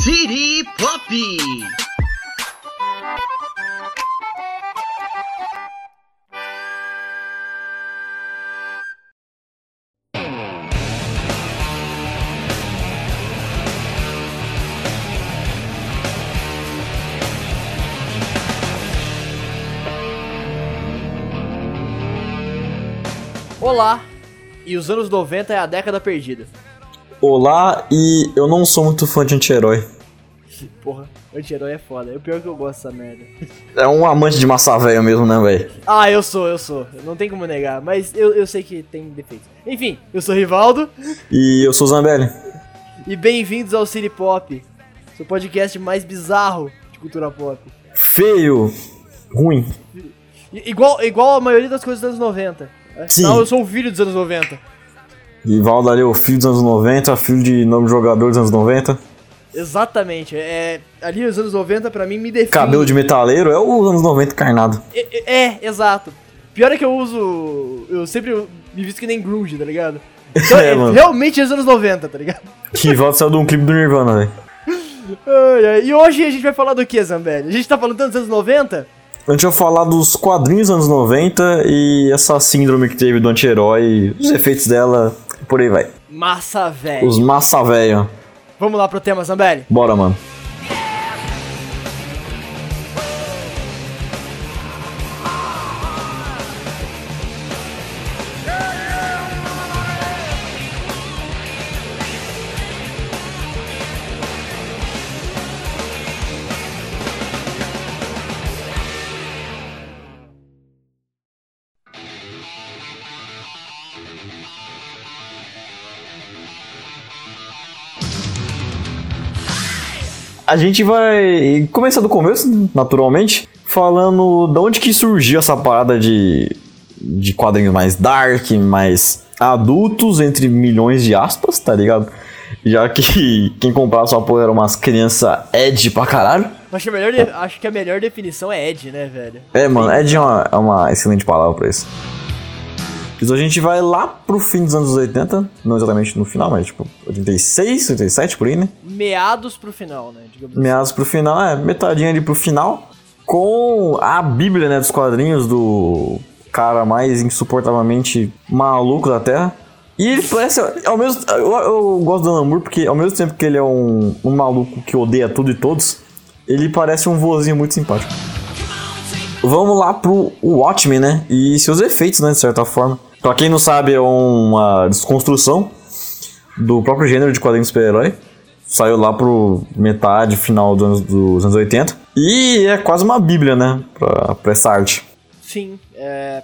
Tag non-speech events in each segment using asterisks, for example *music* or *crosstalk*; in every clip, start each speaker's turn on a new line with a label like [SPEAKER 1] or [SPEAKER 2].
[SPEAKER 1] City Pop!
[SPEAKER 2] Olá! E os anos 90 é a década perdida. *laughs*
[SPEAKER 3] Olá, e eu não sou muito fã de anti-herói.
[SPEAKER 2] Porra, anti-herói é foda. É o pior que eu gosto dessa merda.
[SPEAKER 3] É um amante de massa velha mesmo, né, velho?
[SPEAKER 2] Ah, eu sou, eu sou. Não tem como negar, mas eu, eu sei que tem defeitos. Enfim, eu sou Rivaldo *laughs*
[SPEAKER 3] E eu sou o Zambelli.
[SPEAKER 2] e bem-vindos ao City Pop, seu podcast mais bizarro de cultura pop.
[SPEAKER 3] Feio. Ruim.
[SPEAKER 2] I- igual, igual a maioria das coisas dos anos 90.
[SPEAKER 3] Sim.
[SPEAKER 2] Não, eu sou o filho dos anos 90.
[SPEAKER 3] Rivaldo ali, é o filho dos anos 90, filho de nome de jogador dos anos 90.
[SPEAKER 2] Exatamente. É, ali os anos 90 pra mim me define.
[SPEAKER 3] Cabelo de metaleiro é os anos 90 encarnado.
[SPEAKER 2] É, é, é, exato. Pior é que eu uso. Eu sempre me visto que nem grunge, tá ligado? Então,
[SPEAKER 3] *laughs* É,
[SPEAKER 2] é,
[SPEAKER 3] mano.
[SPEAKER 2] realmente é dos anos 90, tá ligado?
[SPEAKER 3] Que *laughs* Rivaldo saiu de um clipe do Nirvana, velho.
[SPEAKER 2] Ai, ai. E hoje a gente vai falar do que, Zambelli? A gente tá falando tanto dos anos 90?
[SPEAKER 3] Eu tinha falar dos quadrinhos dos anos 90 e essa síndrome que teve do anti-herói, os efeitos dela, e por aí vai.
[SPEAKER 2] Massa, velho.
[SPEAKER 3] Os massa velha.
[SPEAKER 2] Vamos lá pro tema, Zambelli.
[SPEAKER 3] Bora, mano. A gente vai começar do começo, naturalmente, falando de onde que surgiu essa parada de, de quadrinhos mais dark, mais adultos, entre milhões de aspas, tá ligado? Já que *laughs* quem comprava sua porra era umas crianças Ed pra caralho.
[SPEAKER 2] Acho que, a melhor de- acho que a melhor definição é Ed, né, velho?
[SPEAKER 3] É, mano, Ed é uma, é uma excelente palavra pra isso. Então a gente vai lá pro fim dos anos 80, não exatamente no final, mas tipo 86, 87 por aí, né?
[SPEAKER 2] Meados pro final, né? Digamos assim.
[SPEAKER 3] meados pro final, é, metadinha ali pro final, com a bíblia, né, dos quadrinhos do cara mais insuportavelmente maluco da Terra. E ele parece, ao mesmo, eu, eu gosto do Alan Moore porque ao mesmo tempo que ele é um, um maluco que odeia tudo e todos, ele parece um vozinho muito simpático. Vamos lá pro Watchmen, né, e seus efeitos, né, de certa forma. Pra quem não sabe, é uma desconstrução do próprio gênero de quadrinho de super-herói. Saiu lá pro metade, final dos anos, dos anos 80. E é quase uma bíblia, né? Pra, pra essa arte.
[SPEAKER 2] Sim, é.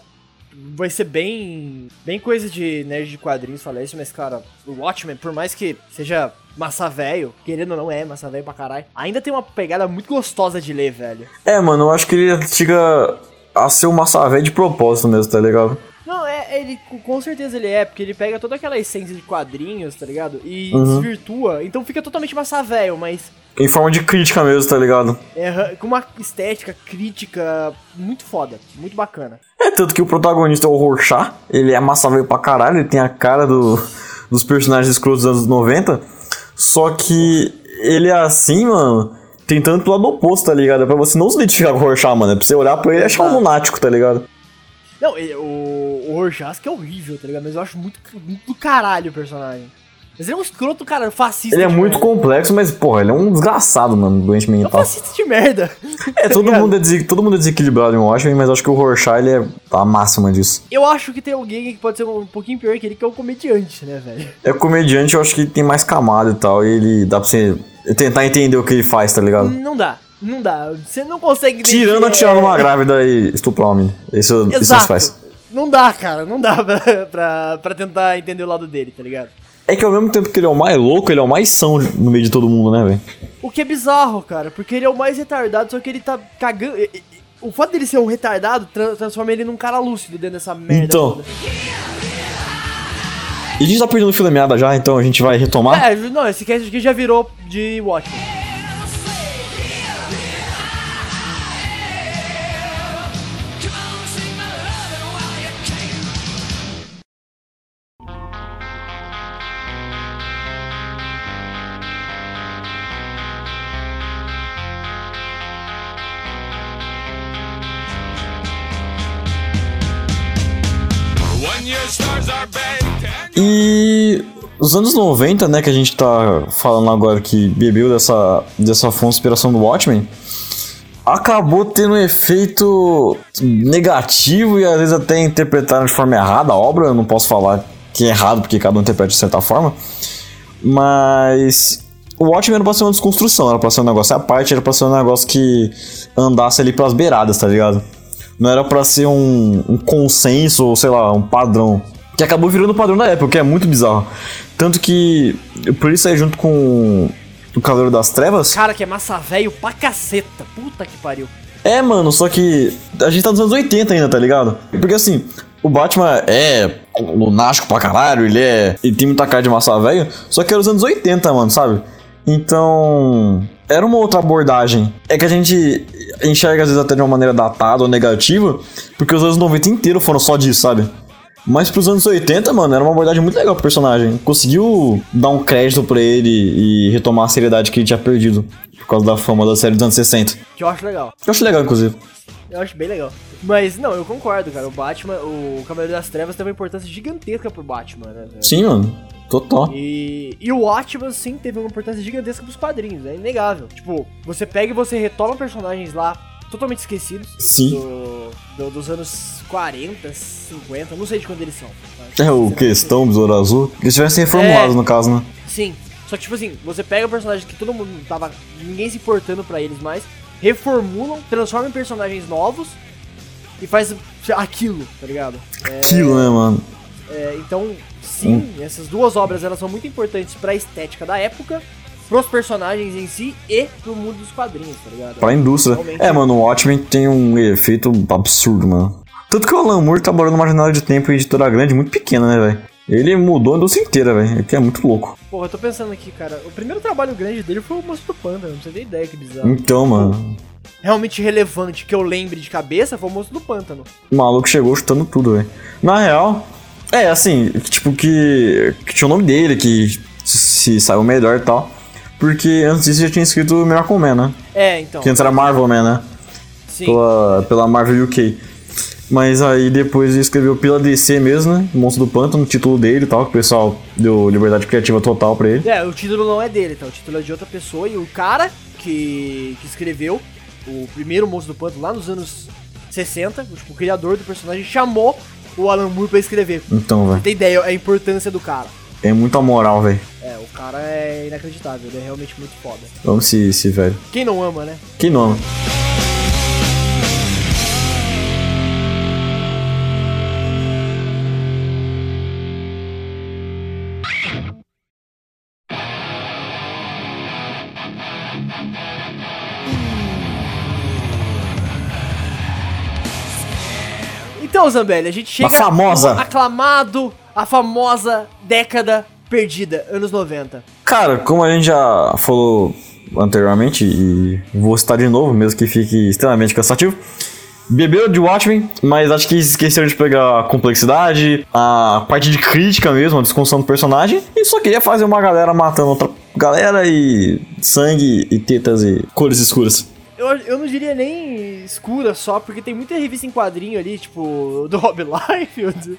[SPEAKER 2] Vai ser bem. bem coisa de nerd de quadrinhos falar isso, mas, cara, o Watchmen, por mais que seja massa velho, querendo ou não é massa velho pra caralho, ainda tem uma pegada muito gostosa de ler, velho.
[SPEAKER 3] É, mano, eu acho que ele chega a ser uma savé de propósito mesmo, tá ligado?
[SPEAKER 2] Não, é, ele co- com certeza ele é, porque ele pega toda aquela essência de quadrinhos, tá ligado? E desvirtua, então fica totalmente massa velho, mas
[SPEAKER 3] Em forma de crítica mesmo, tá ligado?
[SPEAKER 2] é, ra- com uma estética crítica muito foda, muito bacana.
[SPEAKER 3] É tanto que o protagonista é o Rorschach, ele é massa velho pra caralho, ele tem a cara do, dos personagens escrotos dos anos 90. Só que ele é assim, mano, tentando pro lado oposto, tá ligado? É pra você não se identificar com o Rorschach, mano. É pra você olhar pra ele e achar um lunático, tá ligado?
[SPEAKER 2] Não, ele- o, o Rorschach que é horrível, tá ligado? Mas eu acho muito, muito do caralho o personagem. Mas ele é um escroto, cara, fascista.
[SPEAKER 3] Ele é
[SPEAKER 2] de
[SPEAKER 3] muito
[SPEAKER 2] merda.
[SPEAKER 3] complexo, mas, porra, ele é um desgraçado, mano, doente
[SPEAKER 2] É um
[SPEAKER 3] mental.
[SPEAKER 2] fascista de merda.
[SPEAKER 3] É,
[SPEAKER 2] tá
[SPEAKER 3] todo
[SPEAKER 2] ligado?
[SPEAKER 3] mundo é, desi- todo mundo é desequilibrado em Washington, mas acho que o Rorschach, ele é a máxima disso.
[SPEAKER 2] Eu acho que tem alguém que pode ser um pouquinho pior que ele, que é um comediante, né, velho?
[SPEAKER 3] É comediante, eu acho que ele tem mais camada e tal, e ele dá pra você tentar entender o que ele faz, tá ligado?
[SPEAKER 2] Não dá, não dá. Você não consegue...
[SPEAKER 3] Tirando
[SPEAKER 2] é-
[SPEAKER 3] a tirar uma grávida e estuprar um homem. Isso, isso
[SPEAKER 2] Exato.
[SPEAKER 3] se faz.
[SPEAKER 2] Não dá, cara, não dá *laughs* pra, pra, pra tentar entender o lado dele, tá ligado?
[SPEAKER 3] É que ao mesmo tempo que ele é o mais louco, ele é o mais são no meio de todo mundo, né, velho?
[SPEAKER 2] O que é bizarro, cara, porque ele é o mais retardado, só que ele tá cagando... e- e- e- O fato dele ser um retardado tra- transforma ele num cara lúcido dentro dessa merda
[SPEAKER 3] Então.
[SPEAKER 2] toda.
[SPEAKER 3] E a gente tá perdendo o fio da meada já, então a gente vai retomar.
[SPEAKER 2] É, não, esse cast aqui já virou de Watchmen.
[SPEAKER 3] E os anos 90, né, que a gente tá falando agora que bebeu dessa, dessa fonte de inspiração do Watchmen, acabou tendo um efeito negativo e às vezes até interpretaram de forma errada a obra. Eu não posso falar que é errado, porque cada um interpreta de certa forma. Mas o Watchmen era pra ser uma desconstrução, era pra ser um negócio à parte, era pra ser um negócio que andasse ali pelas beiradas, tá ligado? Não era pra ser um, um consenso ou sei lá, um padrão. Que acabou virando o padrão da época, o que é muito bizarro. Tanto que, por isso aí, junto com o Cavaleiro das Trevas.
[SPEAKER 2] Cara, que é massa velho pra caceta. Puta que pariu.
[SPEAKER 3] É, mano, só que a gente tá nos anos 80 ainda, tá ligado? Porque assim, o Batman é lunático pra caralho, ele é. Ele tem muita cara de massa velho, só que era os anos 80, mano, sabe? Então. Era uma outra abordagem. É que a gente enxerga às vezes até de uma maneira datada ou negativa, porque os anos 90 inteiros foram só disso, sabe? Mas pros anos 80, mano, era uma abordagem muito legal pro personagem. Conseguiu dar um crédito pra ele e retomar a seriedade que ele tinha perdido por causa da fama da série dos anos 60.
[SPEAKER 2] Que eu acho legal.
[SPEAKER 3] Eu acho legal, inclusive.
[SPEAKER 2] Eu acho bem legal. Mas não, eu concordo, cara. O Batman, o Cavaleiro das Trevas teve uma importância gigantesca pro Batman, né? velho?
[SPEAKER 3] Sim, mano. Total.
[SPEAKER 2] E, e o Watchman, sim, teve uma importância gigantesca pros quadrinhos, é inegável. Tipo, você pega e você retoma personagens lá totalmente esquecidos.
[SPEAKER 3] Sim.
[SPEAKER 2] do- do- dos anos 40, 50, não sei de quando eles são. tá?
[SPEAKER 3] É o questão, Besouro Azul. Eles tivessem reformulados,
[SPEAKER 2] É.
[SPEAKER 3] no caso, né?
[SPEAKER 2] Sim. Só que, tipo assim, você pega personagens que todo mundo tava. ninguém se importando pra eles mais, reformulam, transforma em personagens novos e faz aquilo, tá ligado?
[SPEAKER 3] Aquilo, né, mano?
[SPEAKER 2] É, então, sim, essas duas obras elas são muito importantes pra estética da época, pros personagens em si e pro mundo dos quadrinhos, tá ligado?
[SPEAKER 3] Pra indústria.
[SPEAKER 2] Realmente.
[SPEAKER 3] É, mano, o Watchmen tem um efeito absurdo, mano. Tanto que o Alan Moore trabalhou numa janela de tempo em editora grande muito pequena, né, velho? Ele mudou a indústria inteira, velho. O que é muito louco.
[SPEAKER 2] Porra, eu tô pensando aqui, cara. O primeiro trabalho grande dele foi o Monstro do Panda, não você tem ideia que bizarro.
[SPEAKER 3] Então, mano,
[SPEAKER 2] Realmente relevante que eu lembre de cabeça foi o Monstro do Pântano.
[SPEAKER 3] o maluco chegou chutando tudo, velho. Na real, é assim, tipo, que, que tinha o nome dele, que se saiu melhor e tal. Porque antes disso já tinha escrito Miracle Man, né?
[SPEAKER 2] É, então.
[SPEAKER 3] Que antes era Marvel Man, né?
[SPEAKER 2] Sim.
[SPEAKER 3] pela, pela Marvel UK. Mas aí depois ele escreveu pela DC mesmo, né? Monstro do Pântano, título dele e tal, que o pessoal deu liberdade criativa total pra ele.
[SPEAKER 2] É, o título não é dele, tá? O título é de outra pessoa e o cara que, que escreveu o primeiro Monstro do Pântano lá nos anos 60, o, tipo, o criador do personagem, chamou o Alan Moore pra escrever.
[SPEAKER 3] Então,
[SPEAKER 2] Pra
[SPEAKER 3] velho,
[SPEAKER 2] ter ideia, a importância do cara.
[SPEAKER 3] é muita moral, velho.
[SPEAKER 2] É, o cara é inacreditável, ele é realmente muito foda.
[SPEAKER 3] Vamos se, esse velho.
[SPEAKER 2] Quem não ama, né?
[SPEAKER 3] Que nome?
[SPEAKER 2] Então, Zambelli, a gente chega.
[SPEAKER 3] A famosa.
[SPEAKER 2] no Aclamado, a famosa década perdida, anos 90.
[SPEAKER 3] Cara, como a gente já falou anteriormente, e vou citar de novo, mesmo que fique extremamente cansativo. Bebeu de Watchmen, mas acho que esqueceram de pegar a complexidade, a parte de crítica mesmo, a desconstrução do personagem, e só queria fazer uma galera matando outra galera e sangue e tetas e cores escuras.
[SPEAKER 2] Eu, eu não diria nem escura só, porque tem muita revista em quadrinho ali, tipo, *laughs* do Rob Liefeld,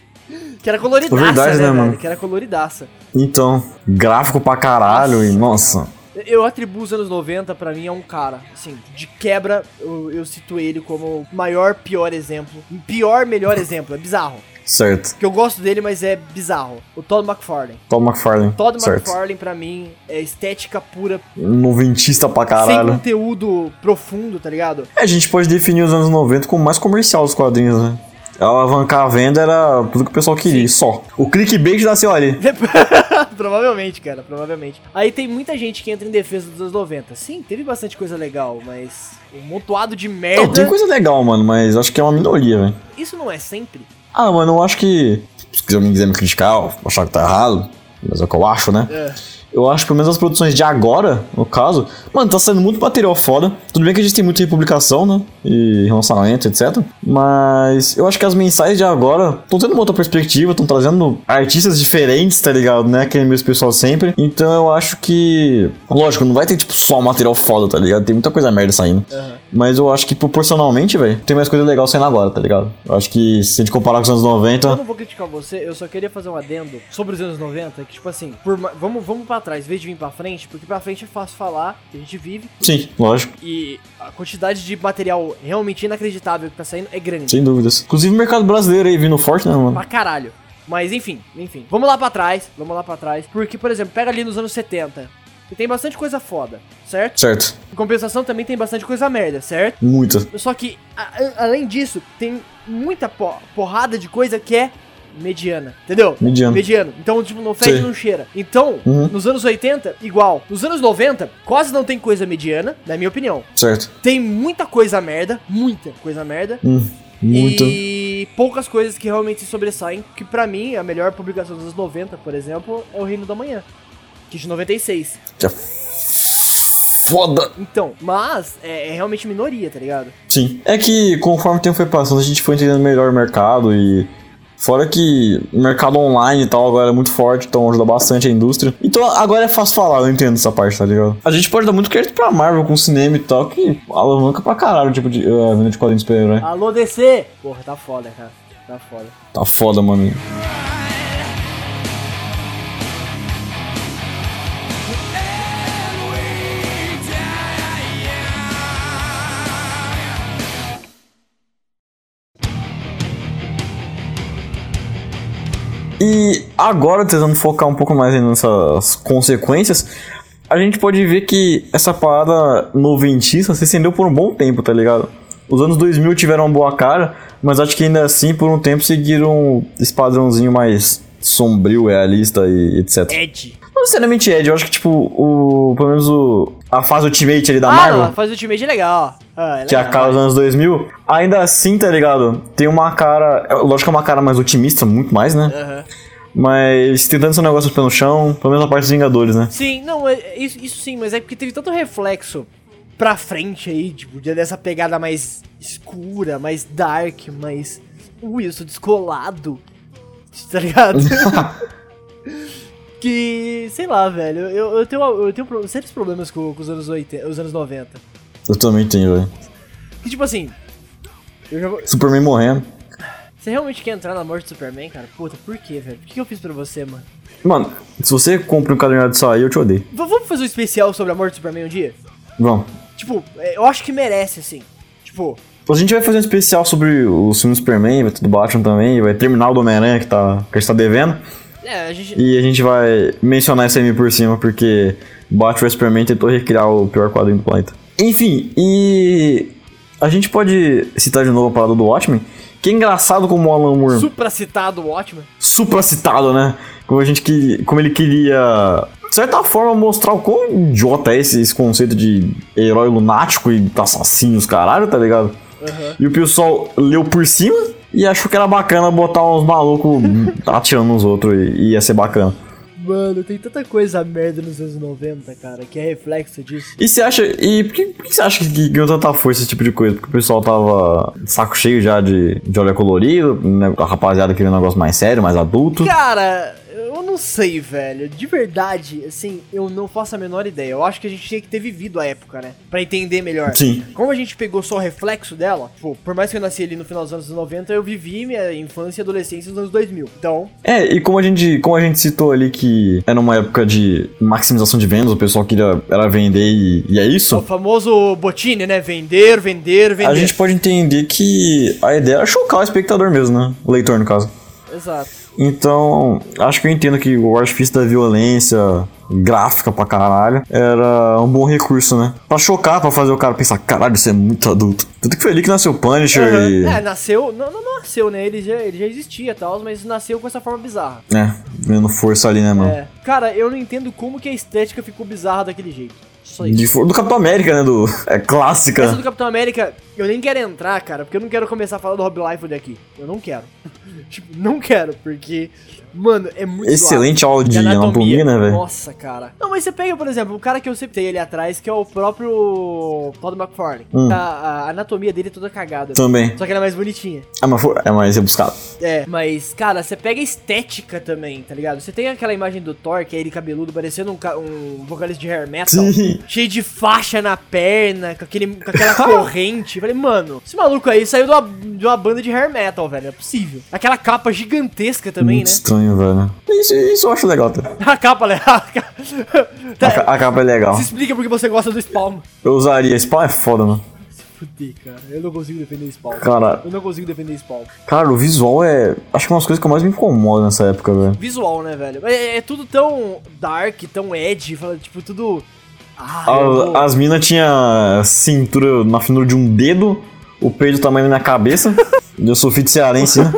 [SPEAKER 2] que era coloridaça,
[SPEAKER 3] Verdade, né,
[SPEAKER 2] né,
[SPEAKER 3] mano?
[SPEAKER 2] velho? Que era coloridaça.
[SPEAKER 3] Então, gráfico pra caralho e nossa.
[SPEAKER 2] Eu atribuo os anos 90 pra mim a um cara, assim, de quebra, eu, eu cito ele como o maior, pior exemplo. Pior, melhor exemplo, é bizarro.
[SPEAKER 3] Certo.
[SPEAKER 2] Que eu gosto dele, mas é bizarro. O Todd McFarlane.
[SPEAKER 3] Todd McFarlane.
[SPEAKER 2] Todd
[SPEAKER 3] certo.
[SPEAKER 2] McFarlane, pra mim, é estética pura,
[SPEAKER 3] Noventista pra
[SPEAKER 2] sem
[SPEAKER 3] caralho.
[SPEAKER 2] conteúdo profundo, tá ligado?
[SPEAKER 3] É, a gente pode definir os anos 90 como mais comercial dos quadrinhos, né? Alavancar a venda era tudo que o pessoal queria, só. O clickbait assim, da Cioli.
[SPEAKER 2] *laughs* provavelmente, cara, provavelmente. Aí tem muita gente que entra em defesa dos anos 90. Sim, teve bastante coisa legal, mas um montoado de merda.
[SPEAKER 3] Não, tem coisa legal, mano, mas acho que é uma minoria, velho.
[SPEAKER 2] Isso não é sempre.
[SPEAKER 3] Ah, mano, eu acho que. Se alguém quiser me criticar, ou achar que tá errado, mas é o que eu acho, né?
[SPEAKER 2] É.
[SPEAKER 3] Eu acho que pelo menos as produções de agora, no caso, mano, tá saindo muito material foda. Tudo bem que a gente tem muita republicação, né? E relançamento, etc. Mas eu acho que as mensagens de agora estão tendo uma outra perspectiva, estão trazendo artistas diferentes, tá ligado? Né? Aquele mesmo pessoal sempre. Então eu acho que. Lógico, não vai ter, tipo, só material foda, tá ligado? Tem muita coisa merda saindo.
[SPEAKER 2] Aham.
[SPEAKER 3] Mas eu acho que proporcionalmente, velho, tem mais coisa legal saindo agora, tá ligado? Eu acho que se a gente comparar com os anos 90.
[SPEAKER 2] Eu não vou criticar você, eu só queria fazer um adendo sobre os anos 90, que tipo assim, por ma- vamos, vamos pra trás, em vez de vir pra frente, porque pra frente é fácil falar, que a gente vive,
[SPEAKER 3] Sim, lógico.
[SPEAKER 2] e a quantidade de material realmente inacreditável que tá saindo é grande.
[SPEAKER 3] Sem dúvidas. Inclusive o mercado brasileiro aí vindo forte, né, mano?
[SPEAKER 2] Pra caralho. Mas enfim, enfim. Vamos lá pra trás, vamos lá pra trás. Porque, por exemplo, pega ali nos anos 70. E tem bastante coisa foda, certo?
[SPEAKER 3] Certo.
[SPEAKER 2] Em compensação também tem bastante coisa merda, certo?
[SPEAKER 3] Muita.
[SPEAKER 2] Só que, a- a- além disso, tem muita po- porrada de coisa que é mediana, entendeu?
[SPEAKER 3] Mediano.
[SPEAKER 2] Mediano. Então, tipo, não fede,
[SPEAKER 3] Sim.
[SPEAKER 2] não cheira. Então,
[SPEAKER 3] Uhum.
[SPEAKER 2] nos anos 80, igual. Nos anos 90, quase não tem coisa mediana, na minha opinião.
[SPEAKER 3] Certo.
[SPEAKER 2] Tem muita coisa merda, muita coisa merda.
[SPEAKER 3] Hum, muito.
[SPEAKER 2] E poucas coisas que realmente se sobressaem, que pra mim, a melhor publicação dos anos 90, por exemplo, é o Reino da Manhã, que é de 96.
[SPEAKER 3] Que é Foda!
[SPEAKER 2] Então, mas é, é realmente minoria, tá ligado?
[SPEAKER 3] Sim. É que conforme o tempo foi passando, a gente foi entendendo melhor o mercado e. Fora que o mercado online e tal agora é muito forte, então ajuda bastante a indústria. Então agora é fácil falar, eu entendo essa parte, tá ligado? A gente pode dar muito crédito pra Marvel com cinema e tal, que alavanca pra caralho o tipo de eh, venda de quadrinhos pra herói.
[SPEAKER 2] Alô, DC! Porra, tá foda, cara. Tá foda.
[SPEAKER 3] Tá foda, mano. E agora, tentando focar um pouco mais aí nessas consequências, a gente pode ver que essa parada noventista se estendeu por um bom tempo, tá ligado? Os anos 2000 tiveram uma boa cara, mas acho que ainda assim, por um tempo, seguiram esse padrãozinho mais sombrio, realista e etc.
[SPEAKER 2] Ed.
[SPEAKER 3] Não necessariamente Ed, eu acho que, tipo, o, pelo menos o, a fase Ultimate ali da
[SPEAKER 2] Ah,
[SPEAKER 3] Marvel
[SPEAKER 2] ela faz o ultimate legal. Ah, é
[SPEAKER 3] que é a
[SPEAKER 2] legal.
[SPEAKER 3] cara dos anos 2000, ainda assim, tá ligado? Tem uma cara. é, Lógico que é uma cara mais otimista, muito mais, né?
[SPEAKER 2] Aham.
[SPEAKER 3] Mas tentando ser um negócio pelo chão, pelo menos a parte dos Vingadores, né?
[SPEAKER 2] Sim, não, é- é isso, isso sim, mas é porque teve tanto reflexo pra frente aí, tipo, de- dessa pegada mais escura, mais dark, mais. Ui, eu sou descolado. Tá ligado? que. Sei lá, velho. Eu, eu tenho, eu tenho pro- sérios problemas com, com os, anos 80, os anos 90.
[SPEAKER 3] Eu também tenho, velho.
[SPEAKER 2] Que tipo assim. Eu já vou,
[SPEAKER 3] Superman morrendo.
[SPEAKER 2] você realmente quer entrar na morte do Superman, cara? Puta, por quê, velho? O que que eu fiz pra você, mano?
[SPEAKER 3] Mano, se você compra um caderno disso aí, eu te odeio.
[SPEAKER 2] V- vamos fazer um especial sobre a morte do Superman um dia?
[SPEAKER 3] Vamos.
[SPEAKER 2] Tipo, é, eu acho que merece, assim. Tipo,
[SPEAKER 3] A gente vai fazer um especial sobre o filme do Superman, vai ter do Batman também, vai terminar o do Homem-Aranha que, tá, que a gente tá devendo.
[SPEAKER 2] é, a gente.
[SPEAKER 3] E a gente vai mencionar esse anime por cima, porque Batman vs Superman tentou recriar o pior quadrinho do planeta. Enfim, e. A gente pode citar de novo a parada do Watchmen, que é engraçado como o Alan Moore
[SPEAKER 2] Supracitado Watchman.
[SPEAKER 3] supracitado, né? Como a gente que, como ele queria de certa forma mostrar o quão idiota é esse, esse conceito de herói lunático e assassinos, caralho, tá ligado? E o pessoal leu por cima e achou que era bacana botar uns malucos *laughs* atirando nos outros e, e ia ser bacana.
[SPEAKER 2] Mano, tem tanta coisa merda nos anos 90, cara, que é reflexo disso.
[SPEAKER 3] E você acha. E por que, por que você acha que ganhou tanta força esse tipo de coisa? Porque o pessoal tava de saco cheio já de, de olho colorido, né? a rapaziada queria um negócio mais sério, mais adulto.
[SPEAKER 2] Cara, eu não sei, velho. De verdade, assim, eu não faço a menor ideia. Eu acho que a gente tinha que ter vivido a época, né? Pra entender melhor.
[SPEAKER 3] Sim.
[SPEAKER 2] Como a gente pegou só o reflexo dela, tipo, por mais que eu nasci ali no final dos anos 90, eu vivi minha infância e adolescência nos anos 2000. Então,
[SPEAKER 3] É, e como a gente, como a gente citou ali que era uma época de maximização de vendas, o pessoal queria era vender e, e é
[SPEAKER 2] é o
[SPEAKER 3] isso.
[SPEAKER 2] famoso botine, né? Vender, vender, vender.
[SPEAKER 3] A gente pode entender que a ideia era chocar o espectador mesmo, né? O leitor, no caso.
[SPEAKER 2] Exato.
[SPEAKER 3] Então, acho que eu entendo que o artifício da violência gráfica pra caralho era um bom recurso, né? Pra chocar, pra fazer o cara pensar, caralho, isso é muito adulto. Tanto que foi ali que nasceu o Punisher e...
[SPEAKER 2] É, nasceu. Não, não nasceu, né? Ele já, ele já existia e tal, mas nasceu com essa forma bizarra.
[SPEAKER 3] É, vendo força ali, né, mano?
[SPEAKER 2] É. Cara, eu não entendo como que a estética ficou bizarra daquele jeito. Só isso.
[SPEAKER 3] De for- do Capitão América, né? Do... É clássica.
[SPEAKER 2] Essa do Capitão América, eu nem quero entrar, cara, porque eu não quero começar a falar do Rob Liefeld aqui. Eu não quero. *laughs* tipo, não quero, porque, mano, é muito zoado.
[SPEAKER 3] Excelente aula de
[SPEAKER 2] E
[SPEAKER 3] anatomia, né, velho?
[SPEAKER 2] Nossa, cara. Não, mas você pega, por exemplo, o cara que eu citei ali atrás, que é o próprio Todd McFarlane.
[SPEAKER 3] Hum.
[SPEAKER 2] Tá- a, anatomia dele é toda cagada.
[SPEAKER 3] Também.
[SPEAKER 2] Só que ela é mais bonitinha.
[SPEAKER 3] É mais, for- é mais rebuscado.
[SPEAKER 2] É, mas, cara, você pega a estética também, tá ligado? Você tem aquela imagem do Thor, que é ele cabeludo, parecendo um, ca- um vocalista de hair metal.
[SPEAKER 3] Sim.
[SPEAKER 2] cheio de faixa na perna, com, aquele, com
[SPEAKER 3] *laughs*
[SPEAKER 2] aquela corrente. Eu Falei, mano, esse maluco aí saiu de uma, de uma banda de hair metal, velho. Não é possível. Aquela capa gigantesca também,
[SPEAKER 3] Muito
[SPEAKER 2] né?
[SPEAKER 3] estranho, velho. Isso, isso eu acho legal, tá?
[SPEAKER 2] A capa, *laughs* né? A capa. Tá,
[SPEAKER 3] A, ca- a capa é legal.
[SPEAKER 2] Se explica porque você gosta do Spawn.
[SPEAKER 3] Eu usaria. Spawn é foda, mano.
[SPEAKER 2] Se fuder, cara. Eu não consigo defender Spawn.
[SPEAKER 3] Cara.
[SPEAKER 2] Eu não consigo defender Spawn.
[SPEAKER 3] Cara, o visual é. Acho que é uma das coisas que eu mais me incomoda nessa época, velho.
[SPEAKER 2] Visual, né, velho? É, é tudo tão dark, tão edgy, fala, tipo, tudo... Ah, eu vou-
[SPEAKER 3] A- As minas tinha cintura na finura de um dedo, o peito do tamanho da
[SPEAKER 2] *laughs*
[SPEAKER 3] minha cabeça. E eu sou filho de cearense, né?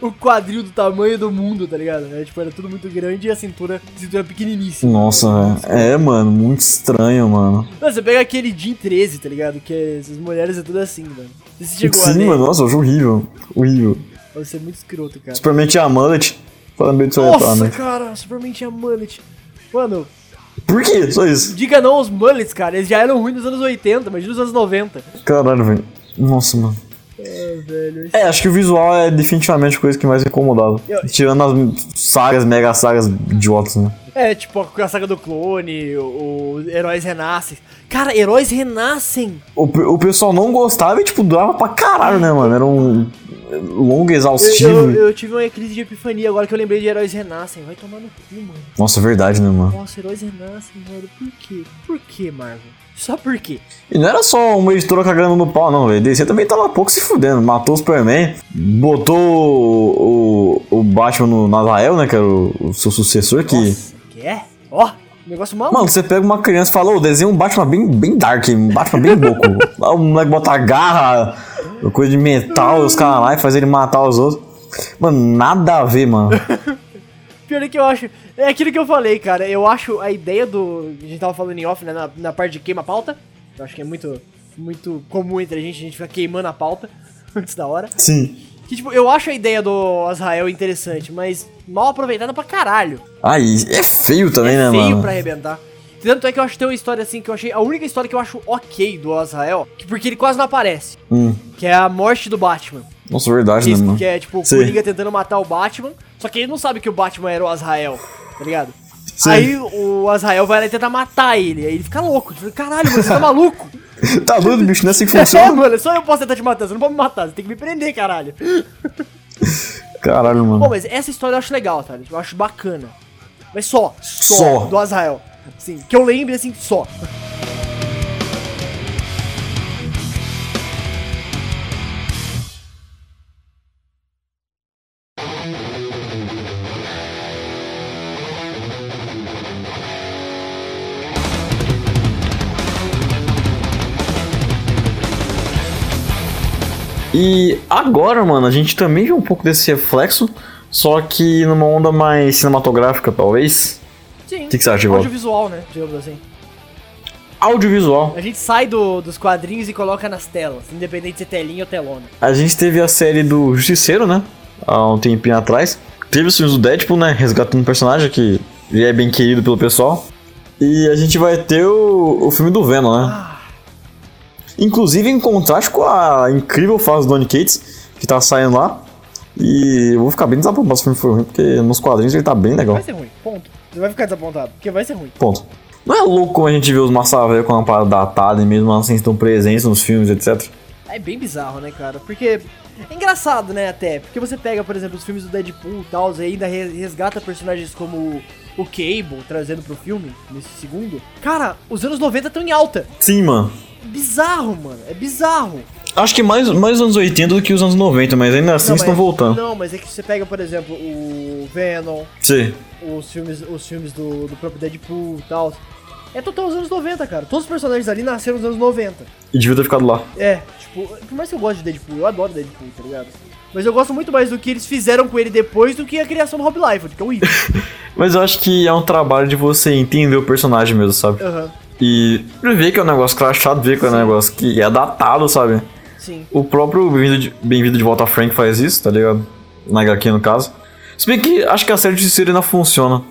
[SPEAKER 2] o quadril do tamanho do mundo, tá ligado? É, tipo, era tudo muito grande e a cintura, cintura é pequeniníssima.
[SPEAKER 3] Nossa, velho. É, mano, muito estranho, mano.
[SPEAKER 2] Mano, você pega aquele Jean 13, tá ligado? Que é- essas mulheres é tudo assim, mano. Se você chegou a
[SPEAKER 3] Sim,
[SPEAKER 2] ler,
[SPEAKER 3] mano, nossa, eu acho horrível. Horrível.
[SPEAKER 2] vai ser muito escroto, cara.
[SPEAKER 3] Superman tinha mullet. Fala meio de
[SPEAKER 2] Nossa,
[SPEAKER 3] soletrado, né?
[SPEAKER 2] cara, Superman tinha mullet. Mano,
[SPEAKER 3] Por quê? Só isso.
[SPEAKER 2] diga não aos mullets, cara. Eles já eram ruins nos anos 80, mas nos anos 90.
[SPEAKER 3] Caralho, velho. Nossa, mano.
[SPEAKER 2] É, velho.
[SPEAKER 3] É, acho que o visual é definitivamente a coisa que mais me incomodava.
[SPEAKER 2] Eu-
[SPEAKER 3] Tirando as sagas, mega sagas idiotas, né?
[SPEAKER 2] É, tipo, a a saga do clone, o, o Heróis Renascem. Cara, Heróis Renascem!
[SPEAKER 3] O, pe- o pessoal não gostava e, tipo, durava pra caralho, né, mano? Era um longo,
[SPEAKER 2] Eu,
[SPEAKER 3] exaustivo.
[SPEAKER 2] eu, eu tive uma crise de epifania agora que eu lembrei de Heróis Renascem. Vai tomar no cu, mano.
[SPEAKER 3] Nossa, é verdade, né, mano?
[SPEAKER 2] Nossa, Heróis Renascem, mano. Por quê? Por quê, Marvel? Só por quê?
[SPEAKER 3] E não era só uma editora cagando no pau, não, velho. DC também tava pouco se fudendo. Matou o Superman, botou o, o, o Batman no Nazael, né, que era o, o seu sucessor, que...
[SPEAKER 2] Nossa, que é? Ó, negócio maluco.
[SPEAKER 3] Mano, você pega uma criança e fala, ô, desenha um Batman bem, bem dark, um Batman bem
[SPEAKER 2] *laughs*
[SPEAKER 3] louco. Lá o moleque bota a garra, coisa de metal, os caras lá e faz ele matar os outros. Mano, nada a
[SPEAKER 2] *laughs*
[SPEAKER 3] ver, mano.
[SPEAKER 2] Pior é que eu acho. É aquilo que eu falei, cara. Eu acho a ideia do. A gente tava falando em off, né? Na, na parte de queima a pauta. Eu acho que é muito, muito comum entre a gente, a gente fica queimando a pauta *laughs* antes da hora.
[SPEAKER 3] Sim.
[SPEAKER 2] Que, tipo, eu acho a ideia do Azrael interessante, mas mal aproveitada pra caralho.
[SPEAKER 3] Aí, é feio também, né,
[SPEAKER 2] é feio
[SPEAKER 3] mano?
[SPEAKER 2] pra arrebentar. Tanto é que eu acho que tem uma história assim que eu achei. A única história que eu acho ok do Azrael, que- porque ele quase não aparece.
[SPEAKER 3] Hum.
[SPEAKER 2] Que é a morte do Batman.
[SPEAKER 3] Nossa, verdade,
[SPEAKER 2] Que,
[SPEAKER 3] né, mano?
[SPEAKER 2] que é tipo o
[SPEAKER 3] Sim.
[SPEAKER 2] Coringa tentando matar o Batman, só que ele não sabe que o Batman era o Azrael, tá ligado?
[SPEAKER 3] Sim.
[SPEAKER 2] Aí o Azrael vai lá e tenta matar ele, aí ele fica louco, tipo, caralho, mano, você tá
[SPEAKER 3] *laughs*
[SPEAKER 2] maluco? *laughs*
[SPEAKER 3] Tá doido, bicho, não é assim que
[SPEAKER 2] Só,
[SPEAKER 3] funciona?
[SPEAKER 2] mano, só eu posso tentar te matar, você não pode me matar, você tem que me prender, caralho.
[SPEAKER 3] Caralho,
[SPEAKER 2] Bom,
[SPEAKER 3] mano.
[SPEAKER 2] mas essa história eu acho legal, tá? Eu acho bacana. Mas só, só,
[SPEAKER 3] Só.
[SPEAKER 2] do Azrael. Assim, que eu lembre, assim, só.
[SPEAKER 3] E agora, mano, a gente também vê um pouco desse reflexo, só que numa onda mais cinematográfica, talvez.
[SPEAKER 2] Sim.
[SPEAKER 3] O que que você acha, Ivaldo?
[SPEAKER 2] Audiovisual, né? Digamos assim.
[SPEAKER 3] Audiovisual.
[SPEAKER 2] A gente sai do- dos quadrinhos e coloca nas telas, independente se é telinha ou telona.
[SPEAKER 3] A gente teve a série do Justiceiro, né? Há um tempinho atrás. Teve os filmes do Deadpool, né? Resgatando um personagem que ele é bem querido pelo pessoal. E a gente vai ter o, o filme do Venom, né?
[SPEAKER 2] Ah,
[SPEAKER 3] Inclusive em contraste com a incrível fase do Donny Cates, que tá saindo lá. E eu vou ficar bem desapontado se o filme for ruim, porque nos quadrinhos ele tá bem legal.
[SPEAKER 2] Vai ser ruim, ponto. Você vai ficar desapontado, porque vai ser ruim.
[SPEAKER 3] Ponto. Não é louco como a gente vê os Massaveia com uma parada datada e mesmo assim estão presentes nos filmes, etc.
[SPEAKER 2] É bem bizarro, né, cara? Porque é engraçado, né, até. Porque você pega, por exemplo, os filmes do Deadpool e tal, e ainda re- resgata personagens como o Cable, trazendo pro filme, nesse segundo. Cara, os anos 90 estão em alta.
[SPEAKER 3] Sim, mano.
[SPEAKER 2] Bizarro, mano. É bizarro.
[SPEAKER 3] Acho que mais, mais anos 80 do que os anos 90, mas ainda assim
[SPEAKER 2] mas-
[SPEAKER 3] estão voltando.
[SPEAKER 2] Não, mas é que você pega, por exemplo, o Venom,
[SPEAKER 3] Sim.
[SPEAKER 2] os filmes, os filmes do, do próprio Deadpool e tal. É total os anos 90, cara. Todos os personagens ali nasceram nos anos 90.
[SPEAKER 3] E devia ter ficado lá.
[SPEAKER 2] É, tipo, por mais que eu goste de Deadpool, eu adoro Deadpool, tá ligado? Mas eu gosto muito mais do que eles fizeram com ele depois do que a criação do Rob Liefeld, que é um ídolo.
[SPEAKER 3] Mas eu acho que é um trabalho de você entender o personagem mesmo, sabe?
[SPEAKER 2] Aham,
[SPEAKER 3] E ver que é um negócio crachado, ver que é um negócio que é datado, sabe?
[SPEAKER 2] sim.
[SPEAKER 3] O próprio Bem-vindo de, Bem de Volta a Frank faz isso, tá ligado? Na HQ, no caso. Se bem que acho que a série de série ainda funciona.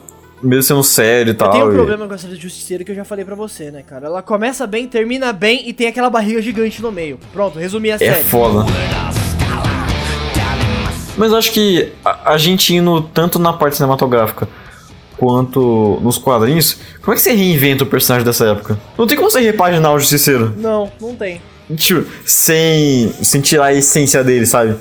[SPEAKER 3] Mesmo sendo série e tal.
[SPEAKER 2] Eu tenho um
[SPEAKER 3] e-
[SPEAKER 2] problema com essa de Justiceiro que eu já falei pra você, né, cara? Ela começa bem, termina bem e tem aquela barriga gigante no meio. Pronto, resumi a
[SPEAKER 3] É
[SPEAKER 2] série.
[SPEAKER 3] foda. Mas eu acho que a, a gente indo tanto na parte cinematográfica quanto nos quadrinhos, como é que você reinventa o personagem dessa época? Não tem como você repaginar o Justiceiro.
[SPEAKER 2] Não, não tem.
[SPEAKER 3] Tipo, sem, sem tirar a essência dele, sabe?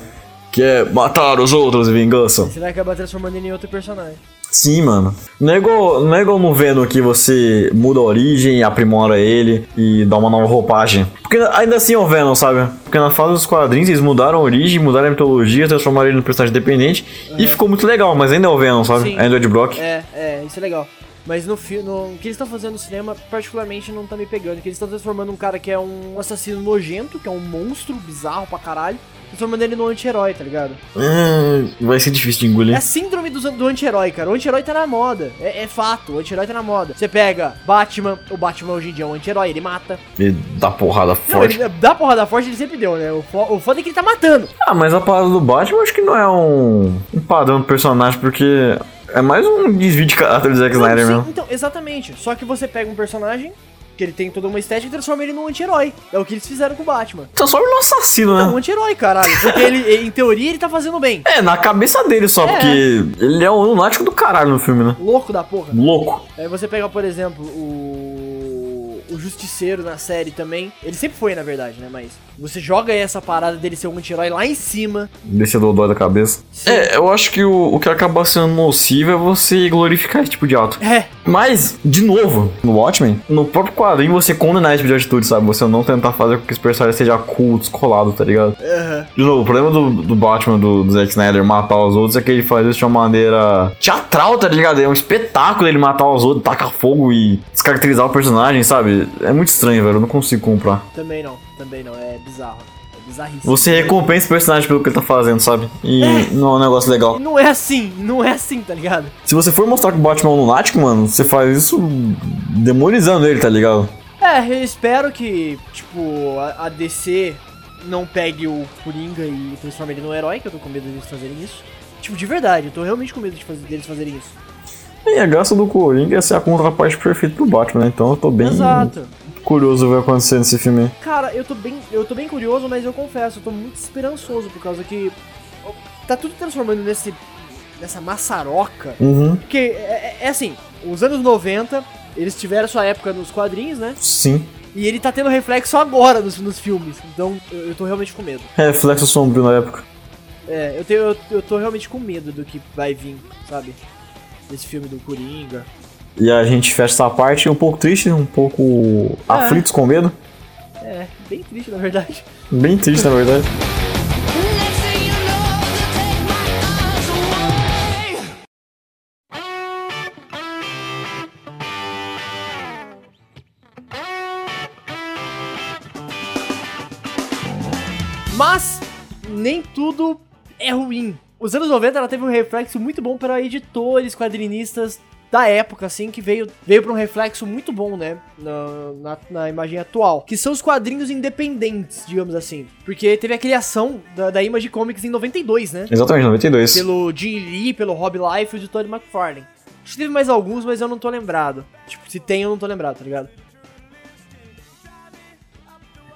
[SPEAKER 3] Que é matar os outros e vingança.
[SPEAKER 2] Você vai acabar transformando ele em outro personagem.
[SPEAKER 3] Sim, mano. Não é igual, não é igual no Venom que você muda a origem, aprimora ele e dá uma nova roupagem. Porque ainda assim é o Venom, sabe? Porque na fase dos quadrinhos eles mudaram a origem, mudaram a mitologia, transformaram ele num personagem independente e ficou muito legal, mas ainda é o Venom, sabe?
[SPEAKER 2] Uhum. Sim.
[SPEAKER 3] Ainda é o Ed Brock.
[SPEAKER 2] É, é, isso é legal. Mas no filme, o que eles estão fazendo no cinema, particularmente, não tá me pegando. Que eles estão transformando um cara que é um assassino nojento, que é um monstro bizarro pra caralho, transformando ele num anti-herói, tá ligado?
[SPEAKER 3] Hum, vai ser difícil de
[SPEAKER 2] É a
[SPEAKER 3] engolir.
[SPEAKER 2] síndrome do, do anti-herói, cara. O anti-herói tá na moda. É, é fato, o anti-herói tá na moda. Você pega Batman, o Batman hoje em dia é um anti-herói, ele mata.
[SPEAKER 3] Ele dá porrada
[SPEAKER 2] Não,
[SPEAKER 3] forte.
[SPEAKER 2] ele, da porrada forte ele sempre deu, né? O, fo- o foda é que ele tá matando.
[SPEAKER 3] Ah, mas a parada do Batman eu acho que não é um, um padrão do personagem, porque é mais um desvio de caráter do Zack Snyder
[SPEAKER 2] Sim,
[SPEAKER 3] mesmo.
[SPEAKER 2] Então, exatamente. Só que você pega um personagem, que ele tem toda uma estética, e transforma ele num anti-herói. É o que eles fizeram com o Batman.
[SPEAKER 3] Transforma ele num assassino,
[SPEAKER 2] É um
[SPEAKER 3] né?
[SPEAKER 2] anti-herói, caralho. Porque ele, *laughs* em teoria, ele tá fazendo bem.
[SPEAKER 3] É, na cabeça dele só,
[SPEAKER 2] É.
[SPEAKER 3] porque ele é um lunático do caralho no filme, né?
[SPEAKER 2] Louco da porra.
[SPEAKER 3] Louco.
[SPEAKER 2] Aí você pega, por exemplo, o. O Justiceiro na série também. Ele sempre foi, na verdade, né? Mas você joga essa parada dele ser um anti-herói lá em cima.
[SPEAKER 3] Descer do dói da cabeça.
[SPEAKER 2] Sim.
[SPEAKER 3] É, eu acho que o, o que acaba sendo nocivo é você glorificar esse tipo de ato.
[SPEAKER 2] É,
[SPEAKER 3] Mas, de novo, no Watchmen, no próprio quadrinho você condenar esse tipo de atitude, sabe? Você não tentar fazer com que esse personagem seja cool, descolado, tá ligado?
[SPEAKER 2] aham.
[SPEAKER 3] De novo, o problema do, do Batman, do, do Zack Snyder matar os outros é que ele faz isso de uma maneira teatral, tá ligado? É um espetáculo ele matar os outros, tacar fogo e descaracterizar o personagem, sabe? É muito estranho, velho. Eu não consigo comprar.
[SPEAKER 2] também não, também não. É bizarro. É bizarríssimo.
[SPEAKER 3] Você recompensa o personagem pelo que ele tá fazendo, sabe? E não é um negócio legal.
[SPEAKER 2] Não é assim, não é assim, tá ligado?
[SPEAKER 3] Se você for mostrar que o Batman é um lunático, mano, você faz isso demonizando ele, tá ligado?
[SPEAKER 2] É, eu espero que, tipo, a, a DC não pegue o Coringa e transforme ele num herói, que eu tô com medo deles fazerem isso. Tipo, de verdade, eu tô realmente com medo de fazer, deles fazerem isso.
[SPEAKER 3] E a graça do Coringa é ser a contraparte perfeita do Batman, né? Então eu tô bem
[SPEAKER 2] Exato.
[SPEAKER 3] curioso o que vai acontecer nesse filme. aí.
[SPEAKER 2] Cara, eu tô bem, eu tô bem curioso, mas eu confesso, eu tô muito esperançoso por causa que ó, tá tudo transformando nesse nessa maçaroca.
[SPEAKER 3] Uhum,
[SPEAKER 2] Porque é, é- é assim, os anos 90, eles tiveram sua época nos quadrinhos, né?
[SPEAKER 3] sim.
[SPEAKER 2] E ele tá tendo reflexo agora nos, nos filmes. Então, eu, eu tô realmente com medo.
[SPEAKER 3] Reflexo sombrio na época.
[SPEAKER 2] É, eu, tenho, eu, eu tô realmente com medo do que vai vir, sabe? Desse filme do Coringa.
[SPEAKER 3] E a gente fecha essa parte um pouco triste, um pouco aflitos com medo.
[SPEAKER 2] É, bem triste, na verdade.
[SPEAKER 3] Bem triste, na verdade.
[SPEAKER 1] Next thing you know, you take my eyes away.
[SPEAKER 2] Mas nem tudo é ruim. Os anos 90 ela teve um reflexo muito bom para editores, quadrinistas da época, assim, que veio, veio para um reflexo muito bom, né? Na, na, na imagem atual. Que são os quadrinhos independentes, digamos assim. Porque teve a criação da, da Image Comics em 92, né?
[SPEAKER 3] Exatamente, 92.
[SPEAKER 2] Pelo Jim Lee, pelo Rob Liefeld e Todd McFarlane. Acho que teve mais alguns, mas eu não tô lembrado. Tipo, se tem, eu não tô lembrado, tá ligado?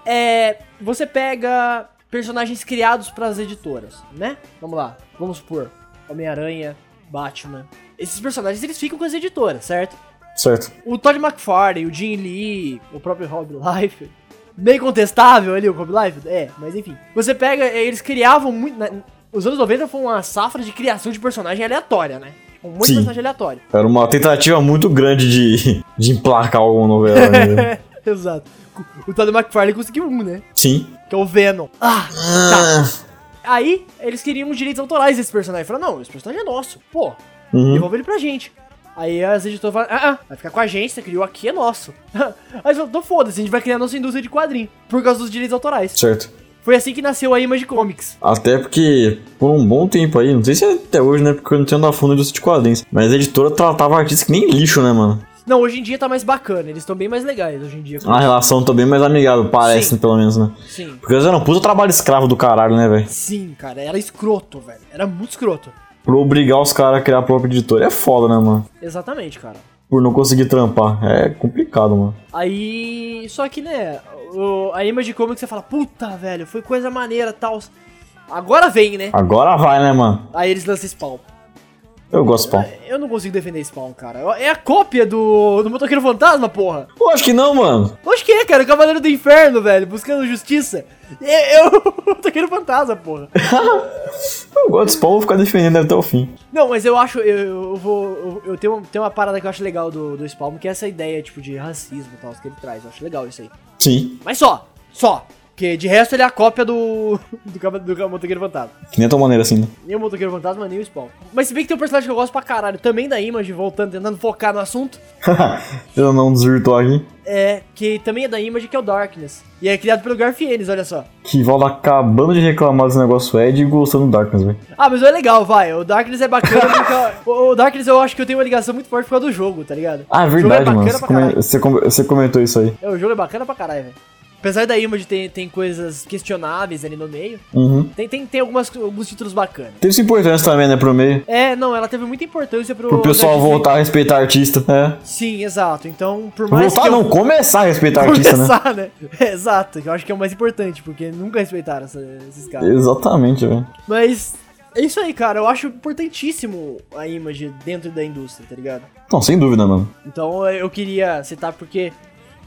[SPEAKER 2] É. Você pega personagens criados pras editoras, né? Vamos lá. Vamos supor: Homem-Aranha, Batman. Esses personagens eles ficam com as editoras, certo?
[SPEAKER 3] Certo.
[SPEAKER 2] O Todd McFarlane, o Jim Lee, o próprio Rob Liefeld. Bem contestável ali o Rob Liefeld, é, mas enfim. Você pega, eh, eles criavam muito... na- os anos 90 foi uma safra de criação de personagem aleatória, né? Um monte de
[SPEAKER 3] Sim.
[SPEAKER 2] personagem aleatório. *laughs*
[SPEAKER 3] Era uma tentativa muito grande de, *laughs* de emplacar alguma
[SPEAKER 2] *laughs*
[SPEAKER 3] novela. né?
[SPEAKER 2] Exato. O Todd McFarlane conseguiu um, né?
[SPEAKER 3] Sim.
[SPEAKER 2] Que é o Venom. Ah, tá. Aí, eles queriam os direitos autorais desse personagem. Falaram, não, esse personagem é nosso. Pô,
[SPEAKER 3] Uhum.
[SPEAKER 2] devolve ele pra gente. Aí as editoras falam, ah, ah, vai ficar com a gente, você criou aqui, é nosso. *laughs* Aí eu tô foda-se, a gente vai criar a nossa indústria de quadrinho, por causa dos direitos autorais.
[SPEAKER 3] Certo.
[SPEAKER 2] Foi assim que nasceu a Image Comics.
[SPEAKER 3] Até porque, por um bom tempo aí, não sei se é até hoje, né? Porque eu não tenho da fundo indústria de quadrinhos. Mas a editora tratava artista que nem lixo, né, mano?
[SPEAKER 2] Não, hoje em dia tá mais bacana, eles estão bem mais legais hoje em dia.
[SPEAKER 3] A relação também mais amigável, parece,
[SPEAKER 2] Sim.
[SPEAKER 3] pelo menos, né?
[SPEAKER 2] Sim.
[SPEAKER 3] Porque eles eram puta trabalho escravo do caralho, né, velho?
[SPEAKER 2] Sim, cara, era escroto, velho. Era muito escroto.
[SPEAKER 3] Pra obrigar os caras a criar a própria editora. É foda, né, mano?
[SPEAKER 2] Exatamente, cara.
[SPEAKER 3] por não conseguir trampar. É complicado, mano.
[SPEAKER 2] Aí. Só que, né? o- a Image Comics você fala, puta, velho, foi coisa maneira tal. Agora vem, né?
[SPEAKER 3] Ah. Agora vai, né, mano?
[SPEAKER 2] Aí eles lançam Spawn.
[SPEAKER 3] Eu gosto do Spawn.
[SPEAKER 2] Eu não consigo defender Spawn, cara. É a cópia do, do Motoqueiro Fantasma, porra.
[SPEAKER 3] Eu acho que não, mano.
[SPEAKER 2] Acho que é, cara. O Cavaleiro do Inferno, velho. Buscando justiça. É, é o *laughs* Motoqueiro Fantasma, porra.
[SPEAKER 3] Eu gosto do Spawn, vou ficar defendendo ele até o fim.
[SPEAKER 2] Não, mas eu acho, eu, eu vou. Eu, eu tenho, tenho uma parada que eu acho legal do, do Spawn, que é essa ideia, tipo, de racismo e tal, que ele traz. Eu acho legal isso aí.
[SPEAKER 3] Sim.
[SPEAKER 2] Mas só, só. Porque de resto ele é a cópia do. *laughs* do, cava- do, ca- Motoqueiro Fantasma.
[SPEAKER 3] Que nem a tua maneira assim, né? *laughs*
[SPEAKER 2] Nem o Motoqueiro Fantasma, nem o Spawn. Mas se bem que tem um personagem que eu gosto pra caralho, também da Image, voltando, tentando focar no assunto.
[SPEAKER 3] eu não desvirtuar aqui.
[SPEAKER 2] É, que também é da Image, que é o Darkness. E é criado pelo Garfienes, olha só.
[SPEAKER 3] Que Valda acabando de reclamar desse negócio Ed e gostando do Darkness, velho.
[SPEAKER 2] Ah, mas é legal, vai. O Darkness é bacana porque. o, o Darkness eu acho que eu tenho uma ligação muito forte por causa do jogo, tá ligado?
[SPEAKER 3] Ah,
[SPEAKER 2] O jogo é
[SPEAKER 3] verdade, mano.
[SPEAKER 2] bacana
[SPEAKER 3] Você,
[SPEAKER 2] pra
[SPEAKER 3] come-
[SPEAKER 2] caralho.
[SPEAKER 3] você com- você comentou isso aí.
[SPEAKER 2] É, o jogo é bacana pra caralho, velho. Apesar da Image ter tem coisas questionáveis ali no meio,
[SPEAKER 3] Uhum.
[SPEAKER 2] tem, tem, tem algumas, alguns títulos bacanas.
[SPEAKER 3] Teve sua importância também, né, pro meio.
[SPEAKER 2] É, não, ela teve muita importância pro.
[SPEAKER 3] Pro pessoal
[SPEAKER 2] Darkness.
[SPEAKER 3] voltar a respeitar artista. É.
[SPEAKER 2] Sim, exato. Então, por mais
[SPEAKER 3] Voltar
[SPEAKER 2] que. *laughs* eu-
[SPEAKER 3] não, começar a respeitar artista, né?
[SPEAKER 2] Começar, né? *laughs* É, exato, que eu acho que é o mais importante, porque nunca respeitaram essa- esses caras.
[SPEAKER 3] Exatamente, velho.
[SPEAKER 2] Mas é isso aí, cara. Eu acho importantíssimo a Image dentro da indústria, tá ligado?
[SPEAKER 3] Não, sem dúvida, mano.
[SPEAKER 2] Então eu queria citar porque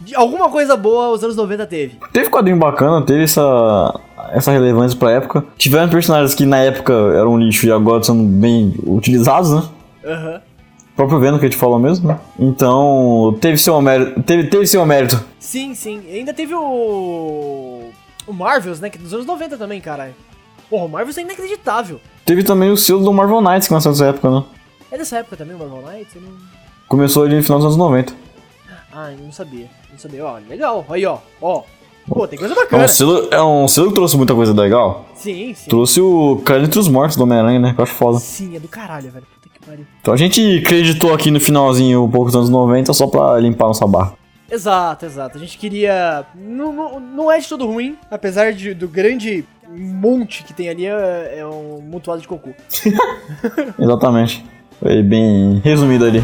[SPEAKER 2] de- alguma coisa boa os anos 90 teve.
[SPEAKER 3] Teve quadrinho bacana, teve essa, essa relevância pra época. Tiveram personagens que na época eram um lixo e agora são bem utilizados, né?
[SPEAKER 2] Aham.
[SPEAKER 3] O próprio Venom que a gente falou mesmo, né? Então, teve seu mérito. Teve, teve seu mérito.
[SPEAKER 2] Sim, sim. Ainda teve o. O Marvels, né? Que dos anos 90 também, caralho. Porra, o Marvels é inacreditável.
[SPEAKER 3] Teve também o selo do Marvel Knights que nasceu nessa época, né?
[SPEAKER 2] É dessa época também o Marvel Knights? Eu não...
[SPEAKER 3] Começou ali no final dos anos 90.
[SPEAKER 2] Ah, eu não sabia. Não sabia. Ó, legal. Aí, ó. Ó. Pô, tem coisa
[SPEAKER 3] É
[SPEAKER 2] bacana.
[SPEAKER 3] um, selo, é um selo que trouxe muita coisa legal.
[SPEAKER 2] Sim, sim.
[SPEAKER 3] Trouxe o Carinho entre os Mortos do Homem-Aranha, né? Que eu acho foda.
[SPEAKER 2] Sim, é do caralho, velho. Puta que pariu.
[SPEAKER 3] Então a gente creditou aqui no finalzinho um pouco dos anos 90 só pra limpar nossa barra.
[SPEAKER 2] Exato, exato. A gente queria. Não, não, não é de todo ruim, apesar de, do grande monte que tem ali, é, é um mutuado de cocô.
[SPEAKER 3] Exatamente. Foi bem resumido ali.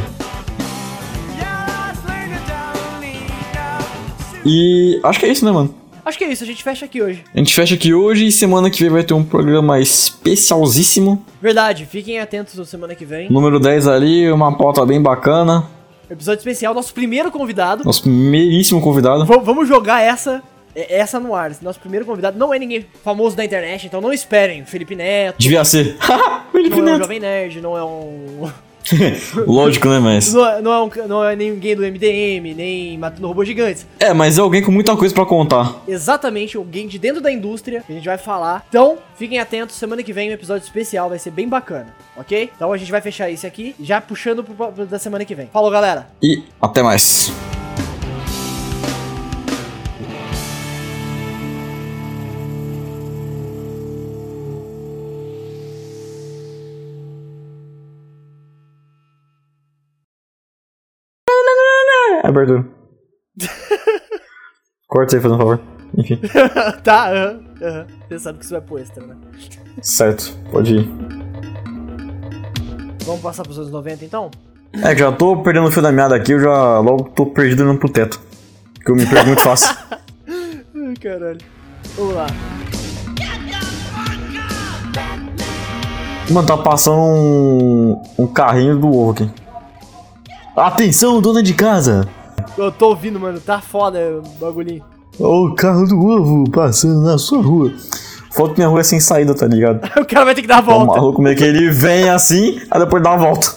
[SPEAKER 3] E acho que é isso, né, mano?
[SPEAKER 2] Acho que é isso, a gente fecha aqui hoje.
[SPEAKER 3] A gente fecha aqui hoje e semana que vem vai ter um programa especialzíssimo.
[SPEAKER 2] Verdade, fiquem atentos na semana que vem.
[SPEAKER 3] Número 10 ali, uma pauta bem bacana.
[SPEAKER 2] Episódio especial, nosso primeiro convidado.
[SPEAKER 3] Nosso primeiríssimo convidado.
[SPEAKER 2] V- vamos jogar essa. é- Essa no ar. Esse Nosso primeiro convidado não é ninguém famoso da internet, então não esperem. Felipe Neto,
[SPEAKER 3] Devia ser. *laughs*
[SPEAKER 2] não
[SPEAKER 3] Felipe
[SPEAKER 2] é um
[SPEAKER 3] Neto.
[SPEAKER 2] Jovem Nerd, não é um. *laughs*
[SPEAKER 3] Lógico, né, mas.
[SPEAKER 2] Não é, não é um- não é ninguém do MDM, nem Matando Robôs Gigantes.
[SPEAKER 3] É, mas é alguém com muita coisa pra contar.
[SPEAKER 2] exatamente alguém de dentro da indústria que a gente vai falar. Então, fiquem atentos, semana que vem um episódio especial, vai ser bem bacana, ok? Então a gente vai fechar esse aqui, já puxando pro, pro- da semana que vem. Falou, galera!
[SPEAKER 3] E até mais. Abertura. Corta aí, fazendo um favor. Enfim,
[SPEAKER 2] *laughs* tá, aham, aham. Você sabe que isso vai pro extra, né?
[SPEAKER 3] certo, pode ir.
[SPEAKER 2] Vamos passar pros anos 90 então?
[SPEAKER 3] É que já tô perdendo o fio da meada aqui, eu já logo tô perdido olhando pro teto. Que eu me perco muito fácil.
[SPEAKER 2] Ai, caralho. Vamos lá.
[SPEAKER 3] Mano, tá passando um, um carrinho do ovo aqui. Atenção, dona de casa!
[SPEAKER 2] Eu tô ouvindo, mano, tá foda o *laughs* bagulhinho.
[SPEAKER 3] É O carro do ovo passando na sua rua. Foto minha rua é sem saída, tá ligado?
[SPEAKER 2] O cara vai ter que dar a
[SPEAKER 3] O
[SPEAKER 2] volta.
[SPEAKER 3] maluco meio que ele vem assim, aí depois dá uma volta.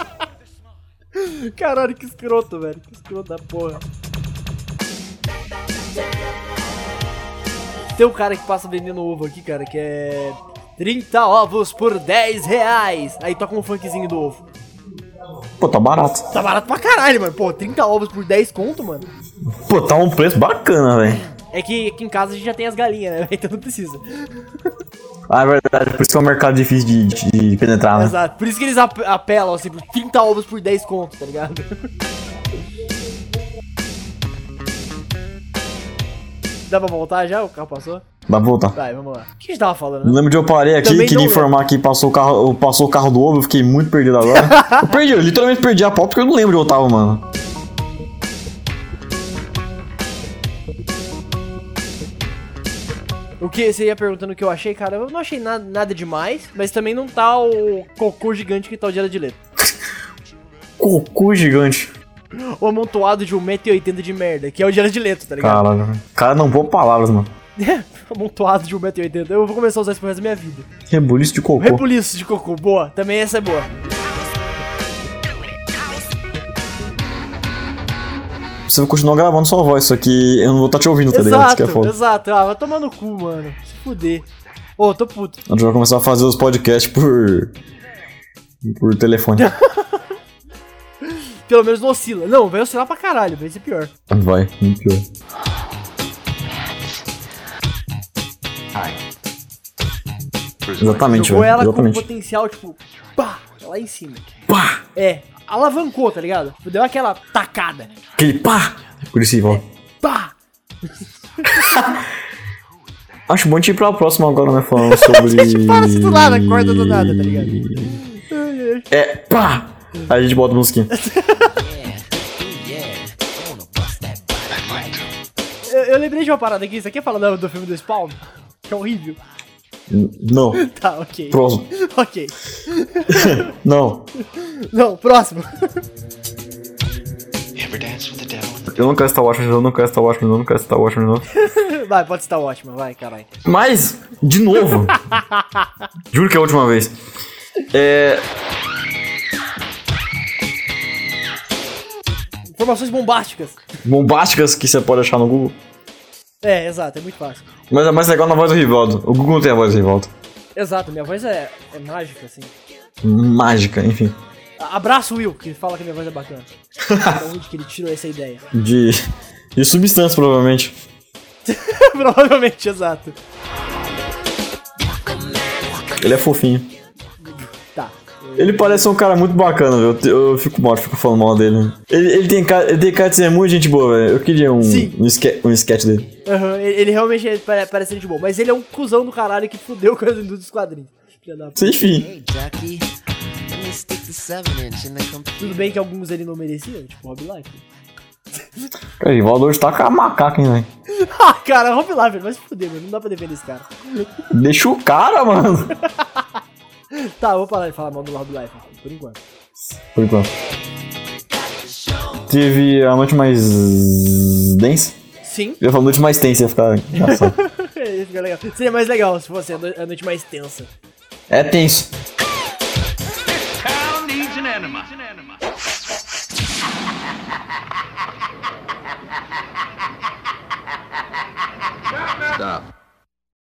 [SPEAKER 2] Caralho, que escroto, velho. Que escroto da porra. Tem um cara que passa vendendo ovo aqui, cara, que é 30 ovos por 10 reais. Aí toca um funkzinho do ovo.
[SPEAKER 3] Pô, tá barato.
[SPEAKER 2] Tá barato pra caralho, mano. Pô, 30 ovos por 10 conto, mano.
[SPEAKER 3] Pô, tá um preço bacana, velho.
[SPEAKER 2] É que aqui em casa a gente já tem as galinhas, né? *laughs* Então não precisa.
[SPEAKER 3] Ah, é verdade, por isso que é um mercado difícil de, de- de penetrar, né?
[SPEAKER 2] Exato. ah, Por isso que eles ap- apelam, assim, por 30 ovos por 10 conto, tá ligado? *laughs* Dá pra voltar já? O carro passou?
[SPEAKER 3] Dá pra voltar.
[SPEAKER 2] Vai, vamos lá. O que a gente tava falando,
[SPEAKER 3] Não
[SPEAKER 2] né?
[SPEAKER 3] lembro de eu parei aqui,
[SPEAKER 2] Também
[SPEAKER 3] queria
[SPEAKER 2] não-
[SPEAKER 3] informar que passou o, carro, passou o carro do ovo, eu fiquei muito
[SPEAKER 2] *laughs*
[SPEAKER 3] perdido agora. eu perdi, eu literalmente perdi a pauta porque eu não lembro onde eu tava, mano.
[SPEAKER 2] O que você ia perguntando o que eu achei, cara? Eu não achei nada, nada demais, mas também não tá o cocô gigante que tá o Jared Leto.
[SPEAKER 3] cocô gigante.
[SPEAKER 2] O amontoado de 1,80m de merda, que é o Jared Leto, tá ligado?
[SPEAKER 3] Caralho, velho. Cara, não pôr palavras, mano.
[SPEAKER 2] *laughs* amontoado de 1,80m. Eu vou começar a usar isso pro resto da minha vida.
[SPEAKER 3] Rebuliço de cocô.
[SPEAKER 2] Rebuliço de cocô, boa. Também essa é boa.
[SPEAKER 3] Você vai continuar gravando sua voz, só que eu não vou estar te ouvindo, tá ligado? Isso que
[SPEAKER 2] exato,
[SPEAKER 3] é foda.
[SPEAKER 2] exato. Ah, vai tomar no cu, mano. Se fuder. Ô, tô puto.
[SPEAKER 3] A gente vai começar a fazer os podcasts por. por telefone.
[SPEAKER 2] *laughs* Pelo menos não oscila. Não, vai oscilar pra caralho, vai ser pior.
[SPEAKER 3] Vai, muito pior. Exatamente,
[SPEAKER 2] Jogou
[SPEAKER 3] velho.
[SPEAKER 2] ela com um
[SPEAKER 3] Exatamente.
[SPEAKER 2] potencial, tipo, pá, lá em cima.
[SPEAKER 3] Pá!
[SPEAKER 2] É, alavancou, tá ligado? Tipo, Deu aquela tacada.
[SPEAKER 3] Aquele pá! Por isso, aí, volta.
[SPEAKER 2] Pá!
[SPEAKER 3] Acho bom a gente ir pra próxima agora, né? Falando
[SPEAKER 2] *laughs*
[SPEAKER 3] sobre.
[SPEAKER 2] A gente fala isso do nada, acorda do nada, tá ligado?
[SPEAKER 3] É, pá! Aí a gente bota a musiquinha.
[SPEAKER 2] Eu, eu lembrei de uma parada aqui, isso aqui é falando do filme do Spawn? Que é horrível.
[SPEAKER 3] Não,
[SPEAKER 2] Tá, ok.
[SPEAKER 3] próximo.
[SPEAKER 2] *laughs* Ok.
[SPEAKER 3] Não.
[SPEAKER 2] Não, próximo. *laughs*
[SPEAKER 3] Eu não quero Star Wars, eu não quero Star Wars, eu não quero Star Wars, eu não.
[SPEAKER 2] Vai, pode estar ótimo, vai, caralho.
[SPEAKER 3] Mas, de
[SPEAKER 2] *laughs*
[SPEAKER 3] novo. juro que é a última vez. É.
[SPEAKER 2] Informações bombásticas.
[SPEAKER 3] Bombásticas que você pode achar no Google.
[SPEAKER 2] É, exato, é muito fácil.
[SPEAKER 3] Mas é mais legal na voz do Rivaldo. O Google não tem a voz do Rivaldo.
[SPEAKER 2] Exato, minha voz é, é mágica, assim.
[SPEAKER 3] Mágica, enfim.
[SPEAKER 2] A- Abraço o Will, que fala que minha voz é bacana. *laughs* da onde que ele tirou essa ideia? *laughs*
[SPEAKER 3] De. De substância, provavelmente.
[SPEAKER 2] Provavelmente, exato.
[SPEAKER 3] Ele é fofinho.
[SPEAKER 2] Tá.
[SPEAKER 3] Ele parece um cara muito bacana, velho. Eu te- Eu, fico mal, fico falando mal dele. Ele, ele tem cara, ele tem cara de ser muito gente boa, velho. Eu queria um,
[SPEAKER 2] Sim.
[SPEAKER 3] um, esque, um sketch dele.
[SPEAKER 2] Aham, ele, ele realmente é- pare- parece de bom, mas ele é um cuzão do caralho que fudeu com a indústria dos quadrinhos. Filha da p-
[SPEAKER 3] Sem fim.
[SPEAKER 4] Hey, Jackie, let me stick the 7 inch in the computer.
[SPEAKER 2] Tudo bem que alguns ele não merecia, tipo Rob Life.
[SPEAKER 3] Cara, O Rivaldo hoje tá com a macaca, hein, velho.
[SPEAKER 2] *laughs* ah, cara, Rob Life, vai se fuder, mano. Não dá pra defender esse cara.
[SPEAKER 3] Deixa o cara, mano. *laughs*
[SPEAKER 2] Tá, eu vou parar de falar mal do Rob Life, por enquanto.
[SPEAKER 3] Por enquanto. Teve a noite mais. densa?
[SPEAKER 2] Sim,
[SPEAKER 3] Eu ia falar noite mais tensa, ia ficar engraçado.
[SPEAKER 2] Isso fica legal. Seria mais legal se fosse a no- a noite mais tensa.
[SPEAKER 3] é tenso.
[SPEAKER 5] Stop.